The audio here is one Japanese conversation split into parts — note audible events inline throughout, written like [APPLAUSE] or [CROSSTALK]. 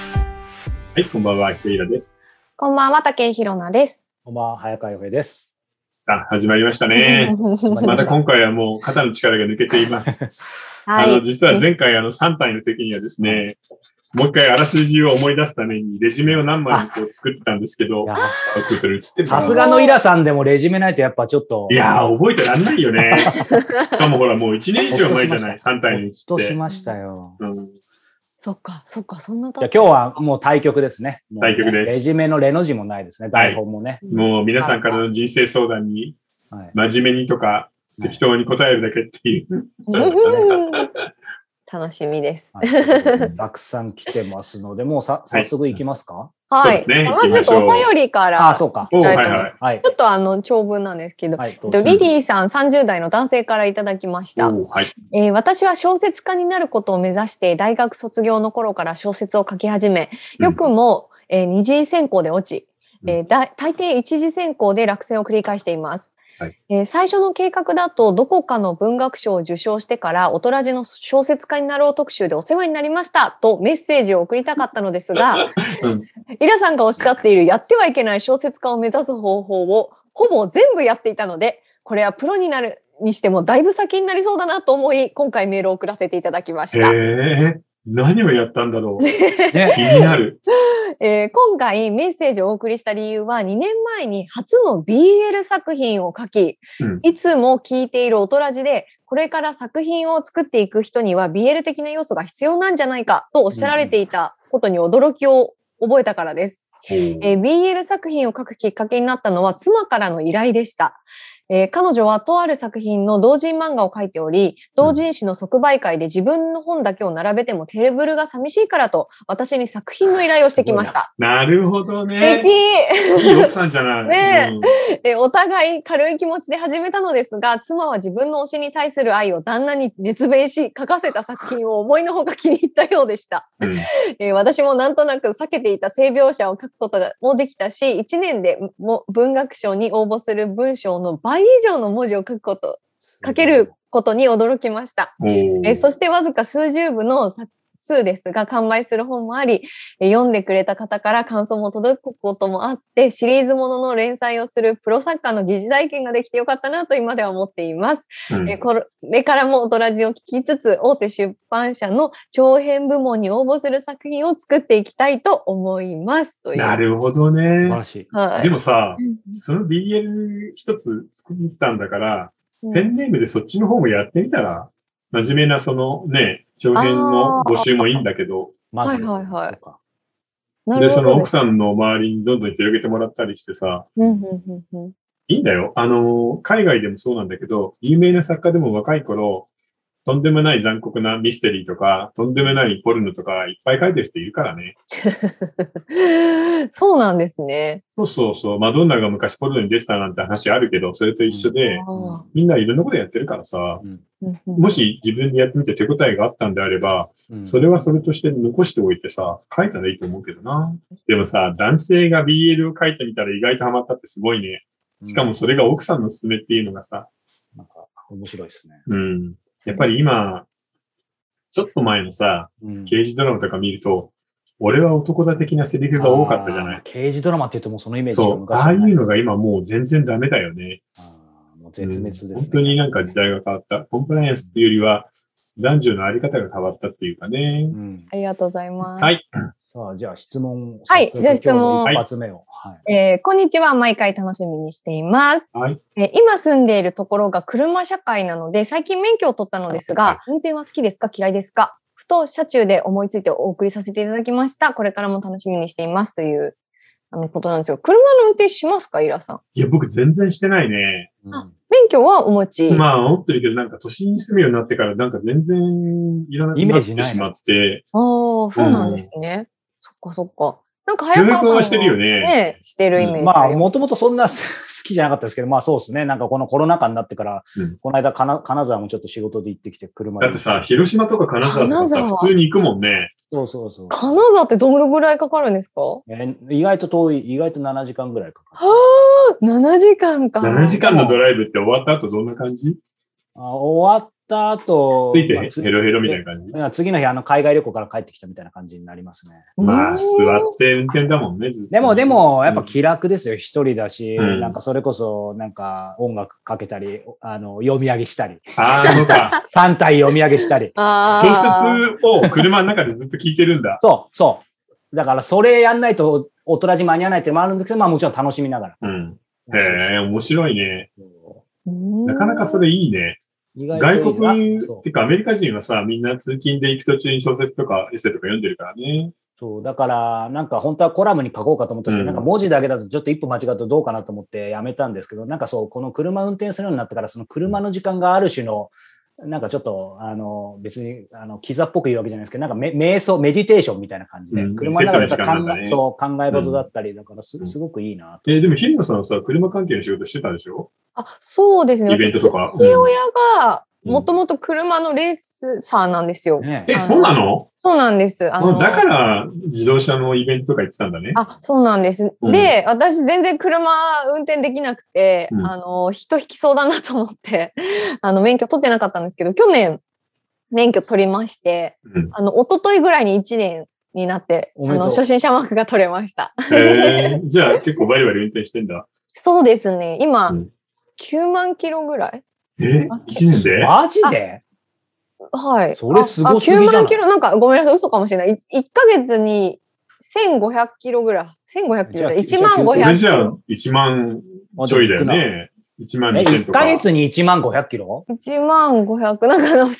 はい、こんばんは、石井らです。こんばんは、竹井ひろなです。こんばんは、早川洋平です。さあ、始まりましたね。またこ今回はもう肩の力が抜けてい [LAUGHS] ます。 [LAUGHS] はあの、い。実は前回あの3体の時にはですね、もう一回あらすじを思い出すためにレジュメを何枚もこう作ってたんですけど、いあやこういうの映ってるかさなすがのイラさんでもレジュメないとやっぱちょっと。いやー、覚えてらんないよ [LAUGHS] ね。しかもほら、もう1年以上前じゃない、3体の1ほっっ。としてましたよ。うん、そっか、そっか、そんなじゃたあ今日はもう対局ですね。もうね対局ですレジュメのレの字もないですね。はい台本もね。もう皆さんからの人生相談に、 [LAUGHS] はい。真面目にとか、適当に答えるだけっていう。楽しみです。はいたくさん来てますので、もうさはい早速行きますかはい。そうですねまずちょっとお便りから。あ、そうか。おうはいはいはい。はいち。ょっとあの、長文なんですけど。はいえっとリリーさん、30代の男性からいただきました、おーはい。えー私は小説家になることを目指して、大学卒業の頃から小説を書き始め、よくも、えー二次選考で落ち、えーだ大抵一次選考で落選を繰り返しています。はいえー最初の計画だと、どこかの文学賞を受賞してから、大人じの小説家になろう特集でお世話になりましたとメッセージを送りたかったのです [LAUGHS] が、うんイラさんがおっしゃっているやってはいけない小説家を目指す方法をほぼ全部やっていたので、これはプロになるにしてもだいぶ先になりそうだなと思い、今回メールを送らせていただきましへた。え、何をやったんだろう。ね気になる。えー今回メッセージをお送りした理由は2年前に初の BL 作品を書き、うんいつも聞いている音ラジでこれから作品を作っていく人には BL 的な要素が必要なんじゃないかとおっしゃられていたことに驚きを覚えたからです。えー BL 作品を書くきっかけになったのは妻からの依頼でした。えー彼女はとある作品の同人漫画を書いており、同人誌の即売会で自分の本だけを並べてもテーブルが寂しいからと、私に作品の依頼をしてきました。なるほど素ね。敵い [LAUGHS] い奥さんじゃない。ねうんえお互い軽い気持ちで始めたのですが、妻は自分の推しに対する愛を旦那に熱弁し、書かせた作品を思いのほか気に入ったようでした。 [LAUGHS] うんえー私もなんとなく避けていた性描写を書くことがもできたし、1年でも文学賞に応募する文章の倍以上の文字を書くこと、書ける。ことに驚きました。おーえーそしてわずか数十部の作数ですが、完売する本もあり、えー読んでくれた方から感想も届くこともあって、シリーズものの連載をするプロ作家の疑似体験ができてよかったなと今では思っています。うんえーこれからも音ラジを聞きつつ、大手出版社の長編部門に応募する作品を作っていきたいと思います。という。なるほど素晴ね。らしい。はい。でもさ、うんその BL 一つ作ったんだから、うんペンネームでそっちの方もやってみたら、真面目なそのね、長編の募集もいいんだけど、まず。はいはいはいそうかなで、るそほのどで奥す。さんの周りにどんどん広げてもらったりしてさ、うんうんうんうんいいんだよ。あの、海外でもそうなんだけど、有名な作家でも若い頃、とんでもない残酷なミステリーとか、とんでもないポルノとか、いっぱい書いてる人いるからね。そうなんですね。そうそうそう。マドンナが昔ポルノに出てたなんて話あるけど、それと一緒で、あーみんないろんなことやってるからさ、うんうんうんもし自分でやってみて手応えがあったんであれば、うんそれはそれとして残しておいてさ、書いたらいいと思うけどな。でもさ、男性が BL を書いてみたら意外とハマったってすごいね。しかもそれが奥さんの勧めっていうのがさ、なんか面白いですね。うん。やっぱり今、ちょっと前のさ、うん刑事ドラマとか見ると、俺は男だ的なセリフが多かったじゃなあい。ー刑事ドラマって言うともうそのイメージがそう。昔ああいからなうのが今もう全然ダメだよね。あーもう絶滅です、ねうん本当になんか時代が変わった。コンプライアンスっていうよりは、男女のあり方が変わったっていうかねう。んありがとうございます。はい。さあ、じゃあ質問をはい早速じゃあ質問今日の一発目を。はい。えーこんにちは。毎回楽しみにしています、はいえー今住んでいるところが車社会なので、最近免許を取ったのですが、運転は好きですか嫌いですかふと車中で思いついてお送りさせていただきました。これからも楽しみにしていますというあのことなんですが、車の運転しますかイラさん。いや、僕全然してないね。あ免許はお持ち。まあ、思ってるけど、なんか都心に住むようになってから、なんか全然いらなくイなメっージてないしまって、ああ、そうなんですね。そっかそっか。なんか予早川さ約んはしてるよね。ね。してるイメージまあ、りもともとそんな [LAUGHS] 好きじゃなかったですけど、まあそうですね。なんかこのコロナ禍になってから、うんこの間かな金沢もちょっと仕事で行ってきて、車で。だってさ、広島とか金沢とかさ、金沢普通に行くもんね。そうそうそう。金沢ってどのぐらいかかるんですかえー意外と遠い、意外と7時間ぐらいかかる。はあ、7時間か。 7時間のドライブって終わった後どんな感じあ終わった後、ついてまあへヘロヘロみたいな感じ。うん次の日、あの、海外旅行から帰ってきたみたいな感じになりますね。まうあ、ん座って運転だもんね、ずっと。でも、でも、やっぱうん気楽ですよ。一人だし、うんなんかそれこそ、なんか音楽かけたり、あの、読み上げしたり、ああ、そうか。 3体読み上げし [LAUGHS] たり。あ小あ。説を車の中でずっと聞いてるんだ。そう、そう。だから、それやんないと、大人じ間に合わないっていうのもあるんですけど、まあもちろん楽しみながうん。ら。へえ、面白いね。ななかなかそれいいね。意外外と国、あそうってかアメリカ人はさ、みんな通勤で行く途中に小説とかエッセイとか読んでるからね。そう、だから、なんか本当はコラムに書こうかと思ったんですうけど、んなんか文字だけだとちょっと一歩間違うとどうかなと思ってやめたんですけど、なんかそう、この車運転するようになってから、その車の時間がある種の、なんかちょっと、あの、別に、あの、キザっぽく言うわけじゃないですけど、なんかめ瞑想、メディテーションみたいな感じで、うん車の中でセットの時間なんだね考えそう、考え事だったり、だからすうんすごくいいなと。えーでも、ヒルノさんはさ、車関係の仕事してたでしょあ、そうですね。イベントとか私父親うが、んもともと車のレースサーなんですよ。ねえ、そうなのそうなんです。あの、だから、自動車のイベントとか行ってたんだね。あ、そうなんです。うんで、私全然車運転できなくて、うんあの、人引きそうだなと思って、 [LAUGHS] あの、免許取ってなかったんですけど、去年、免許取りまして、うん。あの、一昨日ぐらいに1年になって、おあめでとうの、初心者マークが取れました。へーじゃあ、結構バリバリ運転してんだ。そうですね。今、うん9万キロぐらいえ ?1 年でマジではい。それすごすぎじゃないああ9万キロ、なんかごめんなさい、嘘かもしれない。い1ヶ月に1500キロぐらい。1500キロでじゃ1あ万それ500。じゃあ、1万あちょいだよ。ね。1万でも行くなえ、 2000 1とか。ヶ月に1万500キロ1万500。なんかあの1500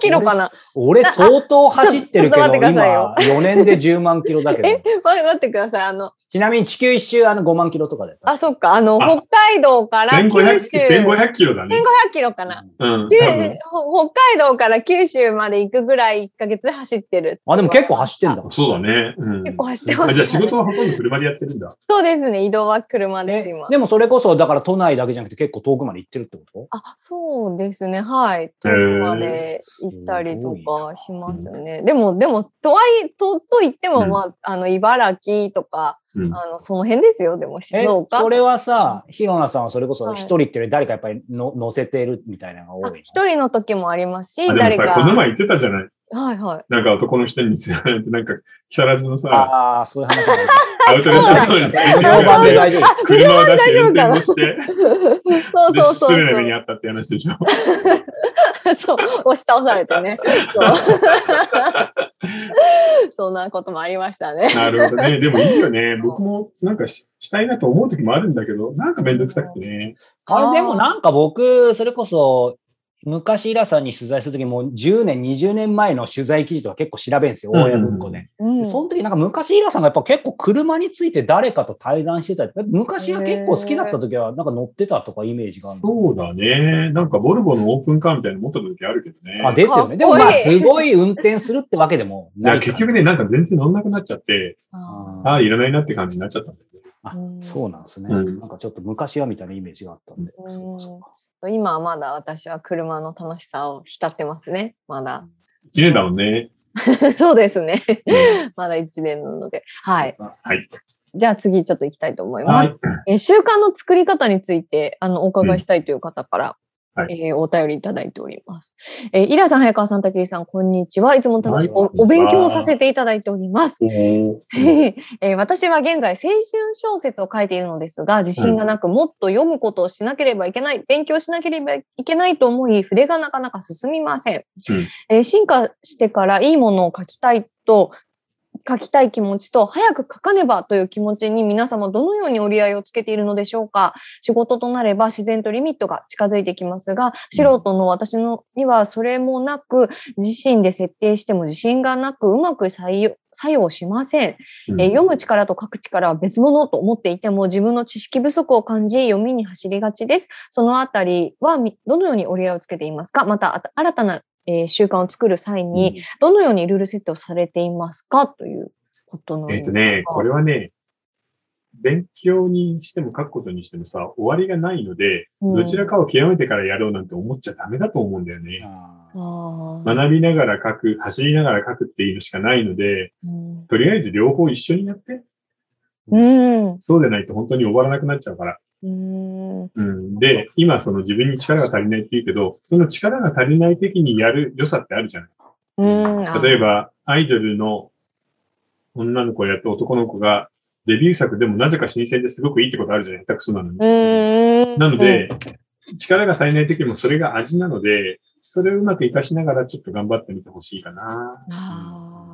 キロかな。俺相当走ってる [LAUGHS] けちょど、っと待ってくださいよ今4年で10万キロだけど。え、ま待ってください。あの、ちなみに地球一周あの5万キロとかだよ。あ、そっか。あの、あ北海道から九州。 1500 1500キロだね。 1500キロかな。うん。多で分ほ北海道から九州まで行くぐらい1ヶ月で走ってる。あ、でも結構走ってんだ。そうだね。うん。結構走ってます、あね。じゃあ仕事はほとんど車でやってるんだ。そうですね。移動は車です、ね今。でもそれこそ、だから都内だけじゃなくて結構遠くまで行ってるってことあ、そうですね。はい。遠くまで行ったりとかしますね。でも、でも、とはいえ、と、と言ってうも、んまあ、あの、茨城とか、うん。あの、その辺ですよ。でも、静え、岡。それはさ、ひろなさんはそれこそはい一人っていうより誰かやっぱりの乗せてるみたいなのが多いあの。一人の時もありますし、あでも誰さ、か。この前言ってたじゃない。はいはい。なんか男の人に連れられて、 [LAUGHS] なんか、木更津のさ、ああ、そういう話 [LAUGHS] アウトレットのに連れてだ。評判らでれ大て、丈夫です。車を出して運転車はを大丈し夫て、 [LAUGHS] そうでそうそう失礼なそ目にう。あったって話でしょ。 [LAUGHS] そう、押し倒されてね。そう。そんなこともありましたね。なるほどね。でもいいよね。僕もなんかししたいなと思う時もあるんだけど、なんかめんどくさくてね。ああーれでもなんか僕、それこそ、昔、イラさんに取材するときも、10年、20年前の取材記事とか結構調べるんですよ、大江文庫で。うんでその時なんか昔、イラさんがやっぱ結構車について誰かと対談してたりとか、昔は結構好きだった時はなんか乗ってたとかイメージがあるんですよそうだね。なんかボルボのオープンカーみたいなの持った時あるけどね。あですよね。でかっこもいいまあ、すごい運転するってわけでもだからないか [LAUGHS] ら。結局ね、なんか全然乗んなくなっちゃって、あああ、いらないなって感じになっちゃったんだよね。あうんそうなんですね、うんなんかちょっと昔はみたいなイメージがあったんで。うんそうかそうーか今はまだ私は車の楽しさを浸ってますね。まだ。 1年だもん [LAUGHS] ね。そうですね。うん [LAUGHS] まだ1年なので。はい。はい。じゃあ次ちょっと行きたいと思います。はい。えー習慣の作り方についてあのお伺いしたいという方から、うんはいえーお便りいただいております。えーイラさん、早川さん、たけりさん、こんにちは。いつも楽しくはいおお勉強をさせていただいております。おー [LAUGHS] えー私は現在青春小説を書いているのですが、自信がなく、もっと読むことをしなければいけない、勉強しなければいけないと思い、筆がなかなか進みません。うんえー進化してからいいものを書きたいと、書きたい気持ちと、早く書かねばという気持ちに皆様どのように折り合いをつけているのでしょうか仕事となれば自然とリミットが近づいてきますが、素人の私のにはそれもなく、自身で設定しても自信がなく、うまく採用作用しません。うんえー読む力と書く力は別物と思っていても自分の知識不足を感じ読みに走りがちです。そのあたりはみどのように折り合いをつけていますかまたあた新たな、えー習慣を作る際にどのようにルール設定をされていますかということの。えっ、とね、これはね、勉強にしても書くことにしてもさ、終わりがないので、うんどちらかを極めてからやろうなんて思っちゃダメだと思うんだよね。あーあー学びながら書く、走りながら書くっていうのしかないので、うんとりあえず両方一緒にやって、うんそうでないと本当に終わらなくなっちゃうから。うんうん。で、今その自分に力が足りないって言うけど、その力が足りない時にやる良さってあるじゃない。うん。あ例えば、アイドルの女の子やと男の子がデビュー作でもなぜか新鮮ですごくいいってことあるじゃない下手くそなのに。うん。なので、力が足りない時もそれが味なので、それをうまく活かしながらちょっと頑張ってみてほしいかな。うん、あー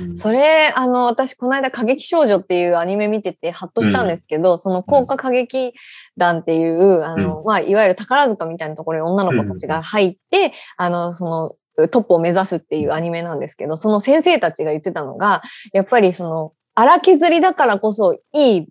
うんそれ、あの、私、この間、過激少女っていうアニメ見てて、ハッとしたんですけど、その、効果歌劇団っていう、あの、まあ、いわゆる宝塚みたいなところに女の子たちが入って、あの、その、トップを目指すっていうアニメなんですけど、その先生たちが言ってたのが、やっぱりその、荒削りだからこそいいっ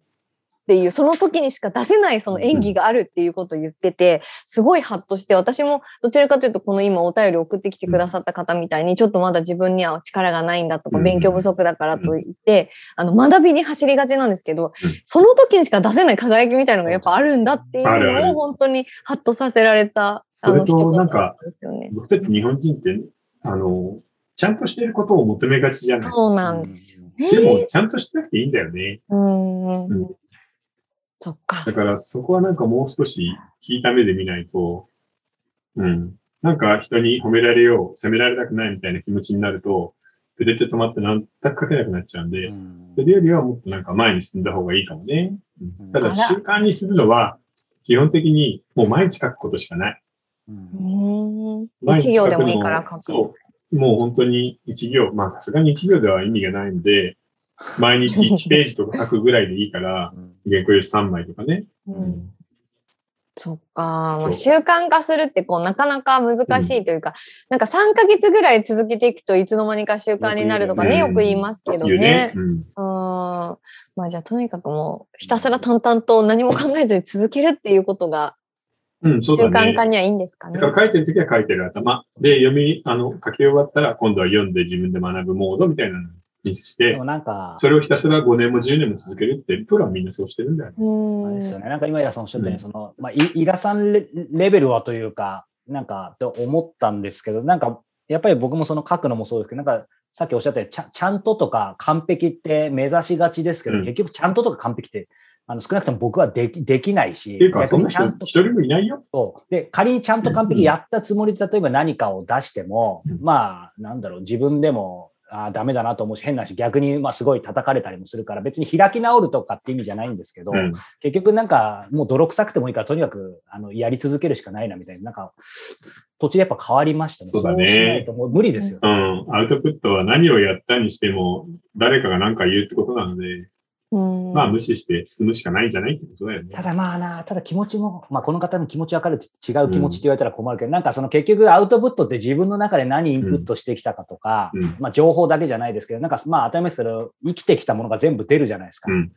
ていう、その時にしか出せないその演技があるっていうことを言ってて、すごいハッとして、私もどちらかというと、この今お便り送ってきてくださった方みたいに、ちょっとまだ自分には力がないんだとか、うん勉強不足だからと言って、あの、学びに走りがちなんですけどうん、その時にしか出せない輝きみたいなのがやっぱあるんだっていうあるあのるを本当にハッとさせられた、あその、れ一と言だなっんかたんですよね。僕たち日本人って、あの、ちゃんとしてることを求めがちじゃない。そうなんですすよ。ね。でも、ちゃんとしてなくていいんだよね。うんうんううんん。そっかだ。から、そこはなんかもう少し引いた目で見ないと、うん。なんか人に褒められよう、責められたくないみたいな気持ちになると、筆って止まって全く書けなくなっちゃうんで、うんそれよりはもっとなんか前に進んだ方がいいかもね。うんうんたあだら習慣にするのは、基本的にもう毎日書くことしかない。 [LAUGHS] うんうん。毎一日書く行でのももいいから書く。そう。もう本当に1行、まあさすがに1行では意味がないので、毎日1ページとか書くぐらいでいいから、原稿用紙3枚とかね。うんそっか、まそあ、う習慣化するってこうなかなか難しいというか、なんか3ヶ月ぐらい続けていくといつの間にか習慣になるとかね、よよくく言よ言いうねますけど言うね。うんうん。まあじゃあとにかくもうひたすら淡々と何も考えずに続けるっていうことがうん、そ習うだね慣。化にはいいんですかね。だから書いてるときは書いてる頭。で、読み、あの、書き終わったら今度は読んで自分で学ぶモードみたいなのにしてで、もなんか、それをひたすら5年も10年も続けるって、プロはみんなそうしてるんだよね。うあれんですよね。なんか今、イラさんおっしゃったよううんに、その、まあ、イイラさんレレベルはというか、なんか、と思ったんですけど、なんか、やっぱり僕もその書くのもそうですけど、なんか、さっきおっしゃったようにちゃん、ちゃんととか完璧って目指しがちですけど、うん結局ちゃんととか完璧って、あの少なくとも僕はできできないし、っていうか、そんなちゃ人んと一人もいないよ。そう。で、仮にちゃんと完璧やったつもりで、例えば何かを出しても、うんまあ、なんだろう、自分でも、ああ、ダメだなと思うし、変なし、逆に、まあ、すごい叩かれたりもするから、別に開き直るとかって意味じゃないんですけど、うん結局なんか、もう泥臭くてもいいから、とにかく、あの、やり続けるしかないな、みたいな、なんか、途中でやっぱ変わりましたね。そうだねしないともう無理ですよね。うん。アウトプットは何をやったにしても、誰かが何か言うってことなので、うんまあ無視して進むしかないんじゃないってことだよねた。だまあな、ただ気持ちも、まあこの方の気持ち分かるって違う気持ちって言われたら困るけど、なんかその結局アウトプットって自分の中で何インプットしてきたかとか、うん。まあ、情報だけじゃないですけど、なんかまあ当たり前ですけど、生きてきたものが全部出るじゃないですか。うん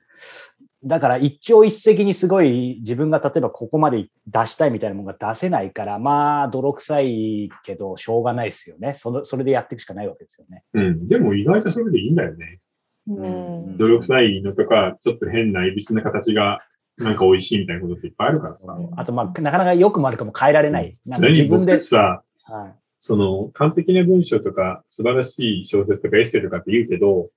だから一朝一夕にすごい自分が例えばここまで出したいみたいなものが出せないから、まあ泥臭いけどしょうがないですよね。そのそれでやっていくしかないわけですよね。うん。でも意外とそれでいいんだよね。うん努力臭いのとか、ちょっと変な歪な形が、なんか美味しいみたいなことっていっぱいあるからさ。あとまあなかなか良くも悪くも変えられない。なちんかなみ自に分僕でたち。さ、はいその完璧な文章とか、素晴らしい小説とかエッセイとかって言うけど、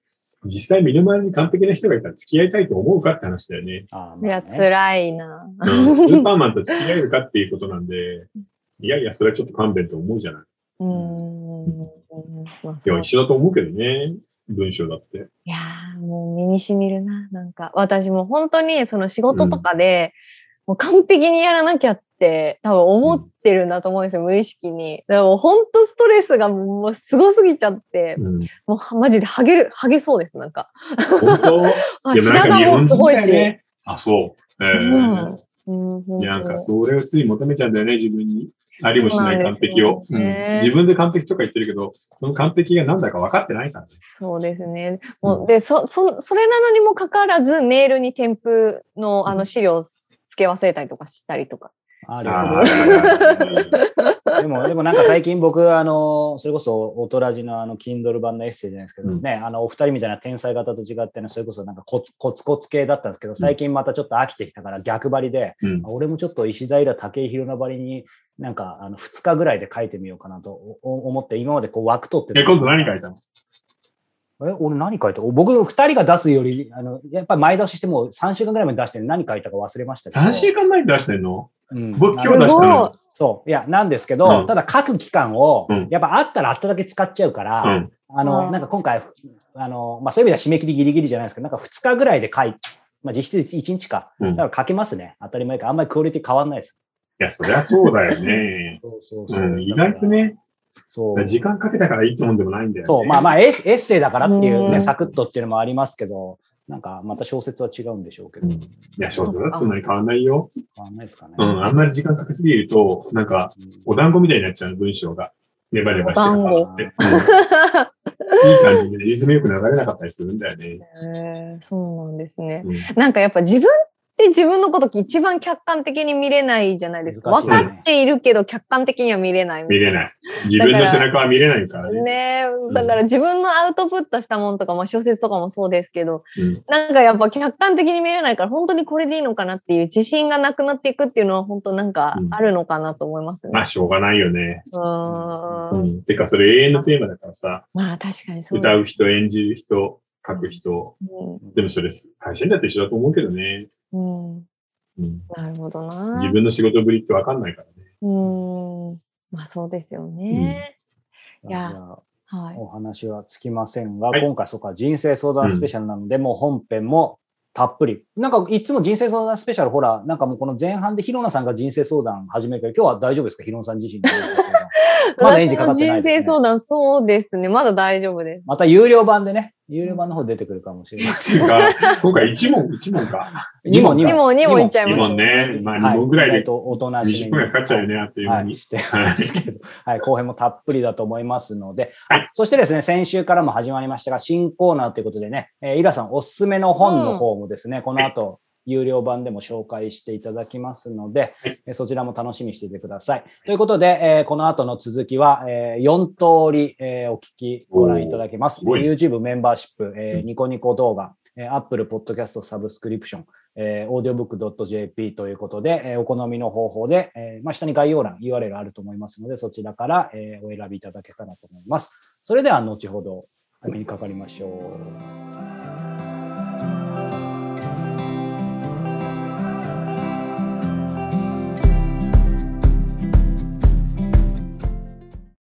実際身の回りに完璧な人がいたら付き合いたいと思うかって話だよね。 [LAUGHS] あーまあいねや、辛いな。うんスーパーマンと付き合えるかっていうことなんで、いやいや、それはちょっと勘弁と思うじゃない。うん。まあいそうや、一緒だと思うけどね、文章だって。いやー、もう身に染みるな。なんか、私も本当にその仕事とかで、もう完璧にやらなきゃって多分思ってるんだと思うんですよ、無意識に。でも本当ストレスがもうすごすぎちゃって、うん、もうはマジでハゲる、ハゲそうです、なんか。本当あでもなんか日本す人ごいだよし。ね。あ、そう。えーうん。うんいやなんかそれをつい求めちゃうんだよね、自分に。ありもしない完璧を。そうなんですようねん自分で完璧とか言ってるけど、その完璧が何だか分かってないからね。そうですね。もう、うんで、そ、そ、それなのにもかかわらず、メールに添付の、あうの、ん資料を付け忘れたりとかしたりとか。あるあー [LAUGHS] でも、でもなんか最近僕、あの、それこそ、オトラジのあの、Kindle 版のエッセイじゃないですけど、うんね、あの、お二人みたいな天才型と違ってね、それこそなんかコツコツコツ系だったんですけど、最近またちょっと飽きてきたから逆張りで、 [LAUGHS] うん俺もちょっと石平武井宏の張りに、なんか、あの、2日ぐらいで書いてみようかなとおお思って、今までこう枠取ってたえ、今度何書いたのえ、俺何書いた僕、二人が出すより、あの、やっぱり前倒ししてもう3週間ぐらいまで出して何書いたか忘れましたけど。 ?3 週間前に出してんのうん僕今日出したの。そう。いや、なんですけど、うんただ書く期間をうん、やっぱあったらあっただけ使っちゃうから、うん。あの、うんなんか今回、あの、まあ、そういう意味では締め切りギリギリじゃないですけど、なんか2日ぐらいで書いまあ、実質1日か。うんだから書けますね。当たり前か。あんまりクオリティ変わんないです。いや、そりゃそうだよね。そう [LAUGHS] そううん。意外と。ね、そう。時間かけたからいいってもんでもないんだよね。そう、まあまあエッ、エッセイだからっていううね、んサクッとっていうのもありますけど、なんかまた小説は違うんでしょうけど、うんいや、小説はそんなに変わんないよ。変わんないですかね。うん。あんまり時間かけすぎると、なんか、お団子みたいになっちゃうの文章が。ネバネバしてたからって。うんいい感じでリズムよく流れなかったりするんだよね。へーそうなんですね。うんなんかやっぱ自分って自分のこと一番客観的に見れないじゃないですか。難し分いねかっているけど客観的には見れないみた見いなれない。自分の背中は見れないからね。ねんだから自分のアウトプットしたものとか、まあ、小説とかもそうですけど、うんなんかやっぱ客観的に見れないから本当にこれでいいのかなっていう自信がなくなっていくっていうのは本当なんかうんあるのかなと思いますね。まあ、しょうがないよね。うーうんん。てか、それ永遠のテーマだからさ、まあ確かにそう歌ですう人、演じる人、書く人。うでもそれ、会社員だって一緒だと思うけどね。んうんうん、なるほどな。自分の仕事ぶりってわかんない [LAUGHS] からね。うーんまあそうですよね。いやじゃあはい。お話はつきませんが、はい今回そうか、人生相談スペシャルなので、もう本編もたっぷり。なんかいつも人生相談スペシャル、ほら、なんかもうこの前半でヒロナさんが人生相談始めるけど、今日は大丈夫ですかヒロナさん自身の人生相談まだエンジンかかってな私の人いです、ね生。相談、そうですね。まだ大丈夫です。また有料版でね、有料版の方出てくるかもしれない。っていうか、今回1問、1問 [LAUGHS] か。 2問、 2 2問。問、2問いっちゃい2ます。問ね。まあは2問ぐらい意外でと大人しめ20に分ぐらいかかっちゃうよね、あっという間はい、に。してます [LAUGHS] けど、はい、後編もたっぷりだと思いますので、はいあそしてですね、先週からも始まりましたが、新コーナーということでね、えーイラさんおすすめの本の方もですね、この後、有料版でも紹介していただきますので、えーそちらも楽しみにしていてください。ということで、えーこの後の続きは、え4通り、えーお聞きご覧いただけます。おーすごいね YouTube メンバーシップ、えーうニコニコ動画、えー Apple Podcast サブスクリプション、えー audiobook.jp ということで、えーお好みの方法で、えーまあ、下に概要欄 URL あると思いますので、そちらから、えーお選びいただけたらと思います。それでは後ほどお目にかかりましょう。